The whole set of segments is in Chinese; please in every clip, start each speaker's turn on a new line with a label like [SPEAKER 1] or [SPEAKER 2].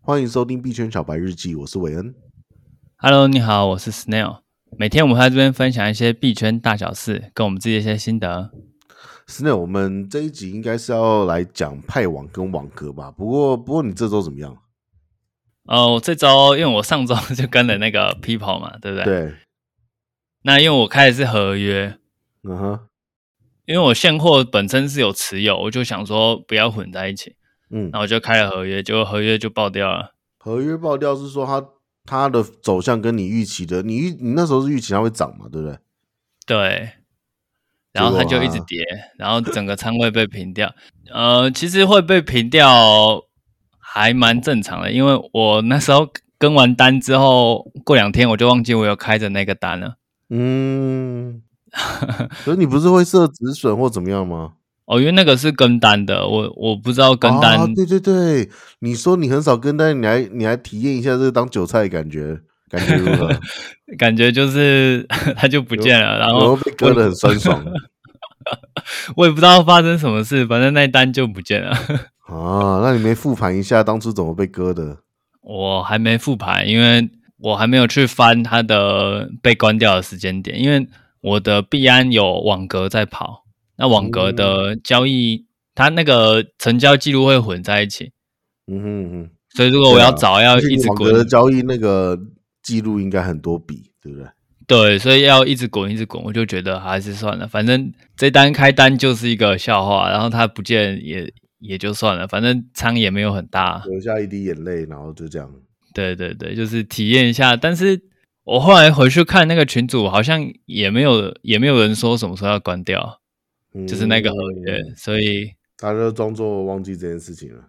[SPEAKER 1] 欢迎收听币圈小白日记，我是韦恩。
[SPEAKER 2] Hello，你好，我是 Snail。每天我们会在这边分享一些币圈大小事，跟我们自己的一些心得。
[SPEAKER 1] Snail，我们这一集应该是要来讲派网跟网格吧？不过，不过你这周怎么样？
[SPEAKER 2] 哦，我这周因为我上周就跟了那个 People 嘛，对不对？。
[SPEAKER 1] 对，
[SPEAKER 2] 那因为我开的是合约，
[SPEAKER 1] 嗯哼，
[SPEAKER 2] 因为我现货本身是有持有，我就想说不要混在一起，
[SPEAKER 1] 嗯
[SPEAKER 2] 那，我就开了合约，结果合约就爆掉了。
[SPEAKER 1] 合约爆掉是说它它的走向跟你预期的，你预你那时候是预期它会涨嘛，对不对？
[SPEAKER 2] 对，然后它就一直跌，然后整个仓位被平掉。呃，其实会被平掉还蛮正常的，因为我那时候跟完单之后，过两天我就忘记我有开着那个单了。
[SPEAKER 1] 嗯，可是你不是会设止损或怎么样吗？
[SPEAKER 2] 哦，因为那个是跟单的，我我不知道跟单，
[SPEAKER 1] 啊，对对对，你说你很少跟单，你还你还体验一下这个当韭菜的感觉，感觉如何？
[SPEAKER 2] 感觉就是 它就不见了， 然
[SPEAKER 1] 然
[SPEAKER 2] 后
[SPEAKER 1] 后被割的很酸爽
[SPEAKER 2] 我也不知道发生什么事，反正那一单就不见了。
[SPEAKER 1] 啊！那你没复盘一下当初怎么被割的？
[SPEAKER 2] 我还没复盘，因为我还没有去翻它的被关掉的时间点，因为我的币安有网格在跑，那网格
[SPEAKER 1] 哦
[SPEAKER 2] 的交易，它那个成交记录会混在一起，
[SPEAKER 1] 嗯哼嗯哼，
[SPEAKER 2] 所以如果我要
[SPEAKER 1] 对啊
[SPEAKER 2] 找，要呃一直
[SPEAKER 1] 网格的
[SPEAKER 2] 滚，
[SPEAKER 1] 交易那个记录应该很多笔，对不对？
[SPEAKER 2] 对，所以要一直滚，一直滚，我就觉得还是算了，反正这单开单就是一个笑话，然后它不见也也就算了，反正仓也没有很大，
[SPEAKER 1] 流下一滴眼泪，然后就这样。
[SPEAKER 2] 对对对，就是体验一下。但是我后来回去看那个群组，好像也没有也没有人说什么时候要关掉，就是那个合约。
[SPEAKER 1] 嗯
[SPEAKER 2] 所以
[SPEAKER 1] 他就装作忘记这件事情 了。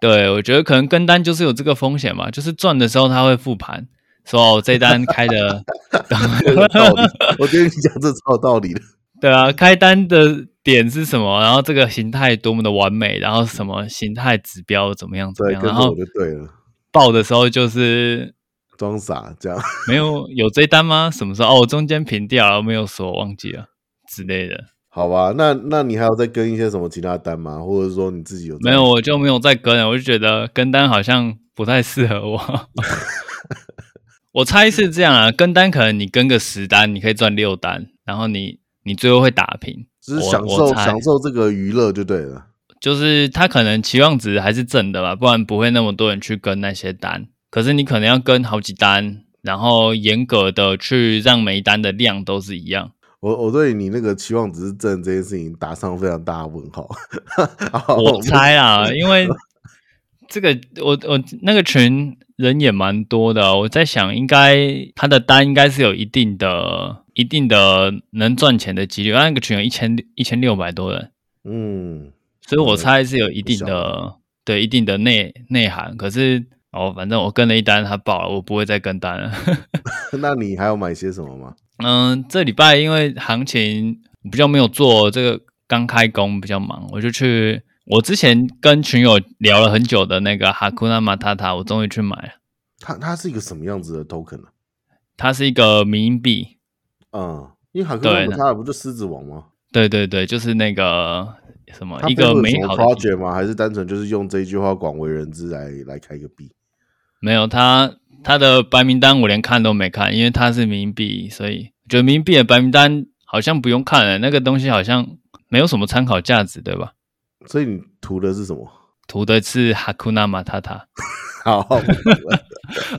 [SPEAKER 2] 对我觉得可能跟单就是有这个风险嘛，就是赚的时候他会复盘，说哦这单 开的，
[SPEAKER 1] 这个道理，我觉得你讲这超有道理的。
[SPEAKER 2] 对啊，开单的点是什么，然后这个形态多么的完美，然后什么形态指标怎么样怎么
[SPEAKER 1] 对，
[SPEAKER 2] 样，
[SPEAKER 1] 跟
[SPEAKER 2] 啊然
[SPEAKER 1] 着
[SPEAKER 2] 后
[SPEAKER 1] 我就对了，
[SPEAKER 2] 报的时候就是。
[SPEAKER 1] 装傻这样。
[SPEAKER 2] 没有有这单吗？什么时候？哦，我中间平掉了，没有锁，忘记了之类的。
[SPEAKER 1] 好吧，那那你还有再跟一些什么其他单吗？或者说你自己有在
[SPEAKER 2] 没有，？我就没有再跟了。我就觉得跟单好像不太适合我。我猜是这样啊，跟单可能你跟个十单，你可以赚六单，然后你你最后会打平。
[SPEAKER 1] 只是
[SPEAKER 2] 我
[SPEAKER 1] 享
[SPEAKER 2] 我
[SPEAKER 1] 受
[SPEAKER 2] 猜
[SPEAKER 1] 享受这个娱乐就对了。
[SPEAKER 2] 就是他可能期望值还是正的吧，不然不会那么多人去跟那些单。可是你可能要跟好几单，然后严格的去让每一单的量都是一样。
[SPEAKER 1] 我我对你那个期望值是正这件事情打上非常大的问号。 好
[SPEAKER 2] 我猜啦，因为这个我我那个群人也蛮多的，啊我在想应该他的单应该是有一定的一定的能赚钱的几率，那个群有一千一千六百多人，
[SPEAKER 1] 嗯，
[SPEAKER 2] 所以我猜是有一定
[SPEAKER 1] 不
[SPEAKER 2] 的对一定的内内涵，可是。哦，反正我跟了一单，他爆了，我不会再跟单了。
[SPEAKER 1] 那你还要买些什么吗？
[SPEAKER 2] 嗯，这礼拜因为行情比较没有做，这个刚开工比较忙，我就去我之前跟群友聊了很久的那个哈库纳马塔塔，我终于去买了。
[SPEAKER 1] 它它是一个什么样子的 token 呢、
[SPEAKER 2] 它是一个迷因币，
[SPEAKER 1] 嗯，因为海克
[SPEAKER 2] 对
[SPEAKER 1] 曼姆
[SPEAKER 2] 那
[SPEAKER 1] 他尔不就狮子王吗？
[SPEAKER 2] 对对对，就是那个什么
[SPEAKER 1] 他
[SPEAKER 2] 哦一
[SPEAKER 1] 背后
[SPEAKER 2] 个
[SPEAKER 1] 有
[SPEAKER 2] 美
[SPEAKER 1] 什么
[SPEAKER 2] 好的
[SPEAKER 1] project 吗？还是单纯就是用这一句话广为人知来来开个币？
[SPEAKER 2] 没有它它的白名单我连看都没看，因为它是迷因币，所以我觉得迷因币的白名单好像不用看了，那个东西好像没有什么参考价值，对吧？
[SPEAKER 1] 所以你图的是什么？
[SPEAKER 2] 图的是哈库纳马塔塔。
[SPEAKER 1] 好，不懂了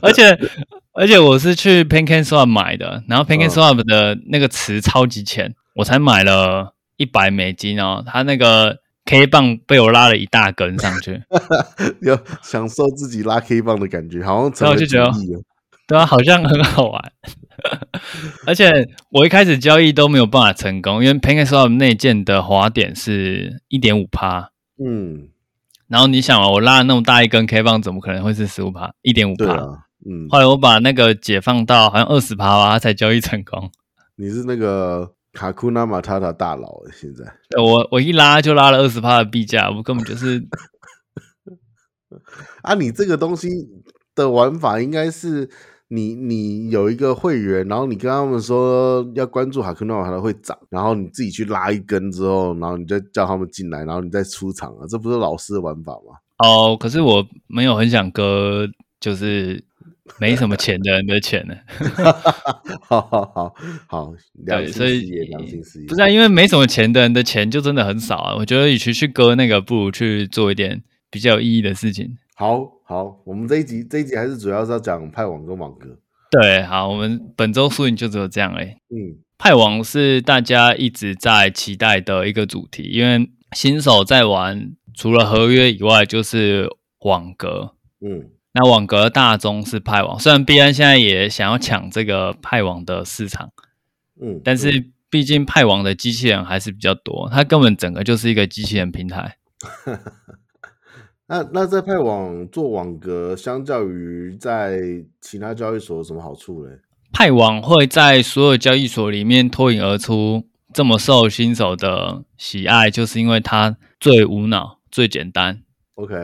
[SPEAKER 2] 而且而且我是去 Pancake Swap 买的，然后 Pancake
[SPEAKER 1] 嗯
[SPEAKER 2] Swap 的那个池超级浅，我才买了一百美金哦，它那个 K 棒被我拉了一大根上去，
[SPEAKER 1] 要 享受自己拉 K 棒的感觉，好像成为
[SPEAKER 2] 啊那我就
[SPEAKER 1] 主
[SPEAKER 2] 觉得
[SPEAKER 1] 意了。
[SPEAKER 2] 对啊，好像很好玩。 而且我一开始交易都没有办法成功，因为 Pancake Swap 内建的滑点是一点五趴。
[SPEAKER 1] 嗯，
[SPEAKER 2] 然后你想啊，我拉了那么大一根 K 棒，怎么可能会是十五趴、一点五
[SPEAKER 1] 对
[SPEAKER 2] 趴？
[SPEAKER 1] 啊，嗯，
[SPEAKER 2] 后来我把那个解放到好像二十趴吧，它才交易成功。
[SPEAKER 1] 你是那个卡库纳马塔塔大佬欸，现在
[SPEAKER 2] 对我我一拉就拉了二十趴的币价，我根本就是
[SPEAKER 1] 啊，你这个东西的玩法应该是你你有一个会员，然后你跟他们说要关注海克诺瓦它会涨，然后你自己去拉一根之后，然后你再叫他们进来，然后你再出场啊，这不是老师的玩法吗？
[SPEAKER 2] 哦，可是我没有很想割，就是没什么钱的人的钱呢。
[SPEAKER 1] 好好好好，良
[SPEAKER 2] 对，
[SPEAKER 1] 心
[SPEAKER 2] 所
[SPEAKER 1] 事
[SPEAKER 2] 以
[SPEAKER 1] 业，良心事业，
[SPEAKER 2] 不是、啊、因为没什么钱的人的钱就真的很少啊。我觉得与其去割那个，不如去做一点比较有意义的事情。
[SPEAKER 1] 好好，我们这一集这一集还是主要是要讲派网跟网格。
[SPEAKER 2] 对，好，我们本周输赢就只有这样而已。
[SPEAKER 1] 嗯
[SPEAKER 2] 派网是大家一直在期待的一个主题，因为新手在玩除了合约以外，就是网格。
[SPEAKER 1] 嗯
[SPEAKER 2] 那网格大宗是派网，虽然币安现在也想要抢这个派网的市场，
[SPEAKER 1] 嗯，
[SPEAKER 2] 但是毕竟派网的机器人还是比较多，它根本整个就是一个机器人平台。
[SPEAKER 1] 那那在派网做网格，相较于在其他交易所有什么好处嘞？
[SPEAKER 2] 派网会在所有交易所里面脱颖而出，这么受新手的喜爱，就是因为它最无脑、最简单，
[SPEAKER 1] OK，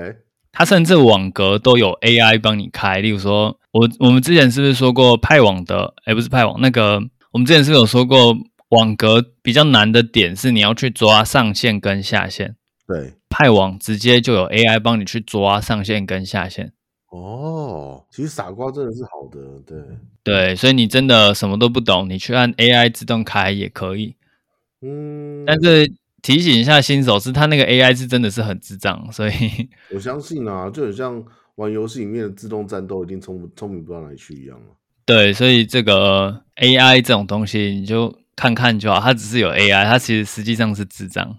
[SPEAKER 2] 它甚至网格都有 AI 帮你开，例如说，我我们之前是不是说过派网的？哎，不是派网，那个我们之前是不是有说过网格比较难的点是你要去抓上限跟下限，
[SPEAKER 1] 对，
[SPEAKER 2] 派网直接就有 AI 帮你去抓上限跟下限。
[SPEAKER 1] 哦，其实傻瓜真的是好的，对，
[SPEAKER 2] 对，所以你真的什么都不懂，你去按 AI 自动开也可以。
[SPEAKER 1] 嗯，
[SPEAKER 2] 但是提醒一下新手，是它那个 AI 是真的是很智障，所以
[SPEAKER 1] 我相信啊，就很像玩游戏里面的自动战斗，一定聪不聪明不到哪里去一样啊。
[SPEAKER 2] 对，所以这个 AI 这种东西，你就看看就好。它只是有 AI，它其实实际上是智障。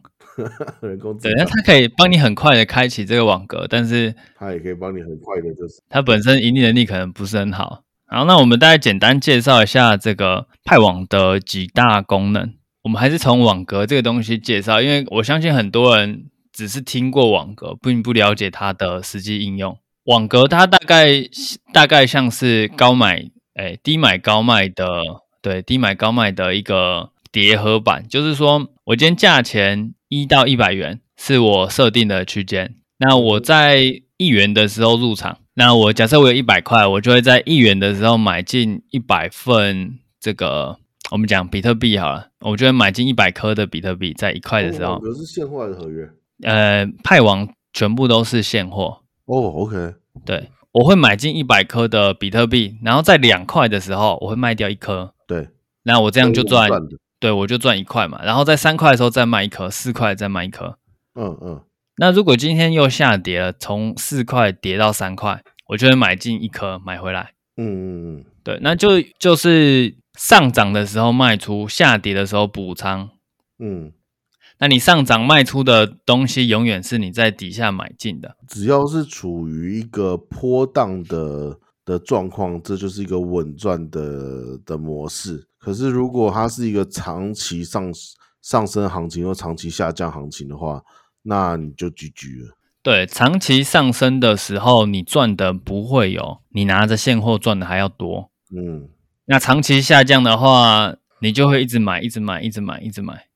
[SPEAKER 1] 人工智
[SPEAKER 2] 对，那
[SPEAKER 1] 能，
[SPEAKER 2] 它可以帮你很快的开启这个网格，但是
[SPEAKER 1] 它也可以帮你很快的，就是
[SPEAKER 2] 它本身盈利能力可能不是很好。好，那我们大概简单介绍一下这个派网的几大功能。我们还是从网格这个东西介绍，因为我相信很多人只是听过网格，并不了解它的实际应用。网格它大概大概像是高买哎低买高卖的，对低买高卖的一个叠合版，就是说我今天价钱一到一百元是我设定的区间，那我在一元的时候入场，那我假设我有一百块，我就会在一元的时候买进一百份这个我们讲比特币好了，我就会买进一百颗的比特币，在一块的时候，
[SPEAKER 1] 哦有是现货还是合约？
[SPEAKER 2] 呃，派网全部都是现货，
[SPEAKER 1] 哦，OK，
[SPEAKER 2] 对，我会买进一百颗的比特币，然后在两块的时候我会卖掉一颗，
[SPEAKER 1] 对，
[SPEAKER 2] 那我这样就赚，
[SPEAKER 1] 的，
[SPEAKER 2] 对我就赚一块嘛。然后在三块的时候再卖一颗，四块再卖一颗。
[SPEAKER 1] 嗯嗯，
[SPEAKER 2] 那如果今天又下跌了，从四块跌到三块，我就会买进一颗买回来。
[SPEAKER 1] 嗯嗯嗯，
[SPEAKER 2] 对，那就就是上涨的时候卖出，下跌的时候补仓。
[SPEAKER 1] 嗯，
[SPEAKER 2] 那你上涨卖出的东西，永远是你在底下买进的。
[SPEAKER 1] 只要是处于一个波荡的的状况，这就是一个稳赚的的模式。可是如果它是一个长期上上升行情或长期下降行情的话，那你就 GG 了。
[SPEAKER 2] 对，长期上升的时候，你赚的不会有你拿着现货赚的还要多。
[SPEAKER 1] 嗯，
[SPEAKER 2] 那长期下降的话，你就会一直买，一直买，一直买，一直买。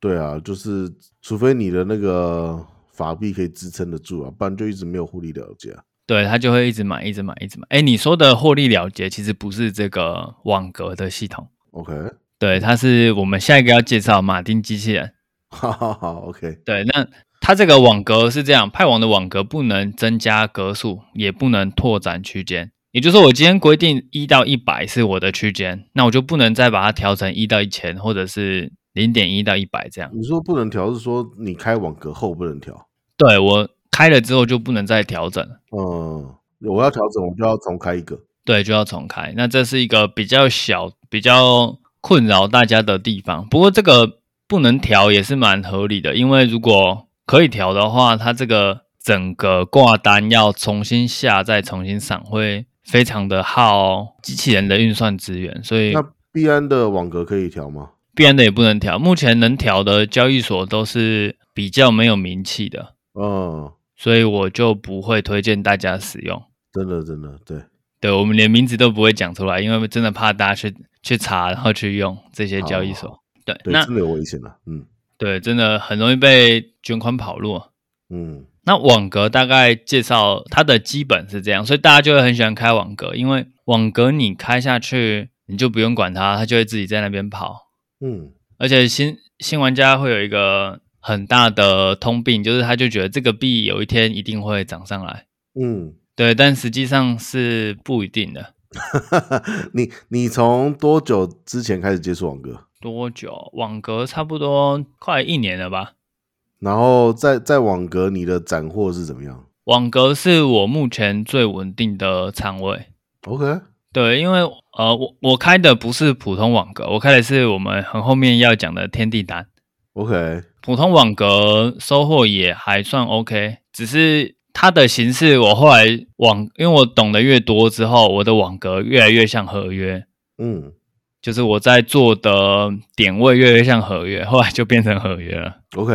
[SPEAKER 1] 对啊，就是除非你的那个法币可以支撑得住啊，不然就一直没有获利了结啊。
[SPEAKER 2] 对，它就会一直买，一直买，一直买。哎，你说的获利了结，其实不是这个网格的系统，
[SPEAKER 1] OK，
[SPEAKER 2] 对，它是我们下一个要介绍马丁机器人。
[SPEAKER 1] 好好好，OK，
[SPEAKER 2] 对，那它这个网格是这样，派网的网格不能增加格数，也不能拓展区间。也就是说，我今天规定一到一百是我的区间，那我就不能再把它调成一到一千，或者是零点一到一百这样。
[SPEAKER 1] 你说不能调是说你开网格后不能调？
[SPEAKER 2] 对我开了之后就不能再调整了，
[SPEAKER 1] 嗯，我要调整我就要重开一个。
[SPEAKER 2] 对，就要重开。那这是一个比较小、比较困扰大家的地方。不过这个不能调也是蛮合理的，因为如果可以调的话，它这个整个挂单要重新下再重新上，会非常的耗机器人的运算资源，所以
[SPEAKER 1] 那币安的网格可以调吗？
[SPEAKER 2] 必然的也不能调。目前能调的交易所都是比较没有名气的，
[SPEAKER 1] 嗯，
[SPEAKER 2] 所以我就不会推荐大家使用。
[SPEAKER 1] 真的真的对，
[SPEAKER 2] 对，我们连名字都不会讲出来，因为真的怕大家去去查，然后去用这些交易所。对，
[SPEAKER 1] 哦对，
[SPEAKER 2] 那
[SPEAKER 1] 真的有危险了。嗯
[SPEAKER 2] 对，真的很容易被卷款跑路。
[SPEAKER 1] 嗯
[SPEAKER 2] 那网格大概介绍它的基本是这样，所以大家就会很喜欢开网格，因为网格你开下去，你就不用管它，它就会自己在那边跑。
[SPEAKER 1] 嗯
[SPEAKER 2] 而且新新玩家会有一个很大的通病，就是他就觉得这个币有一天一定会涨上来，
[SPEAKER 1] 嗯，
[SPEAKER 2] 对，但实际上是不一定的。
[SPEAKER 1] 你你从多久之前开始接触网格？
[SPEAKER 2] 多久？网格差不多快一年了吧？
[SPEAKER 1] 然后在在网格你的斩获是怎么样
[SPEAKER 2] 网格是我目前最稳定的仓位。
[SPEAKER 1] ？OK，
[SPEAKER 2] 对，因为呃，我我开的不是普通网格，我开的是我们很后面要讲的天地单。
[SPEAKER 1] OK，
[SPEAKER 2] 普通网格收获也还算 OK，只是它的形式，我后来网，因为我懂得越多之后，我的网格越来越像合约，
[SPEAKER 1] 嗯，
[SPEAKER 2] 就是我在做的点位越来越像合约，后来就变成合约了。
[SPEAKER 1] OK，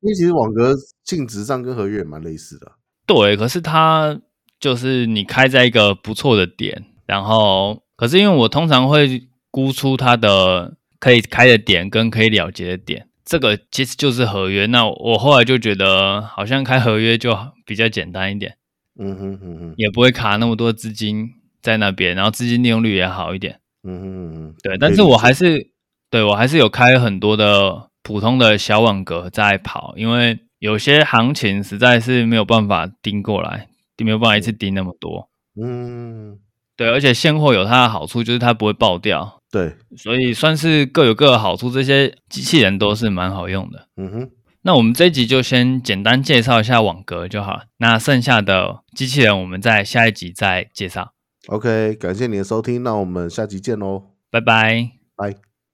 [SPEAKER 1] 因为其实网格性质上跟合约也蛮类似的。
[SPEAKER 2] 对，可是它就是你开在一个不错的点，然后可是因为我通常会估出它的可以开的点跟可以了结的点，这个其实就是合约。那我后来就觉得好像开合约就比较简单一点，
[SPEAKER 1] 嗯哼嗯哼
[SPEAKER 2] 也不会卡那么多资金在那边，然后资金利用率也好一点。
[SPEAKER 1] 嗯哼嗯哼，
[SPEAKER 2] 对，
[SPEAKER 1] 可以
[SPEAKER 2] 但是
[SPEAKER 1] 理
[SPEAKER 2] 我
[SPEAKER 1] 解
[SPEAKER 2] 还是对我还是有开很多的普通的小网格在跑，因为有些行情实在是没有办法盯过来，没有办法一次盯那么多。
[SPEAKER 1] 嗯，
[SPEAKER 2] 对，而且现货有它的好处，就是它不会爆掉，
[SPEAKER 1] 对，
[SPEAKER 2] 所以算是各有各的好处。这些机器人都是蛮好用的。
[SPEAKER 1] 嗯哼，
[SPEAKER 2] 那我们这一集就先简单介绍一下网格就好，那剩下的机器人我们在下一集再介绍。
[SPEAKER 1] OK，感谢你的收听，那我们下集见喽，
[SPEAKER 2] 拜拜。
[SPEAKER 1] 拜。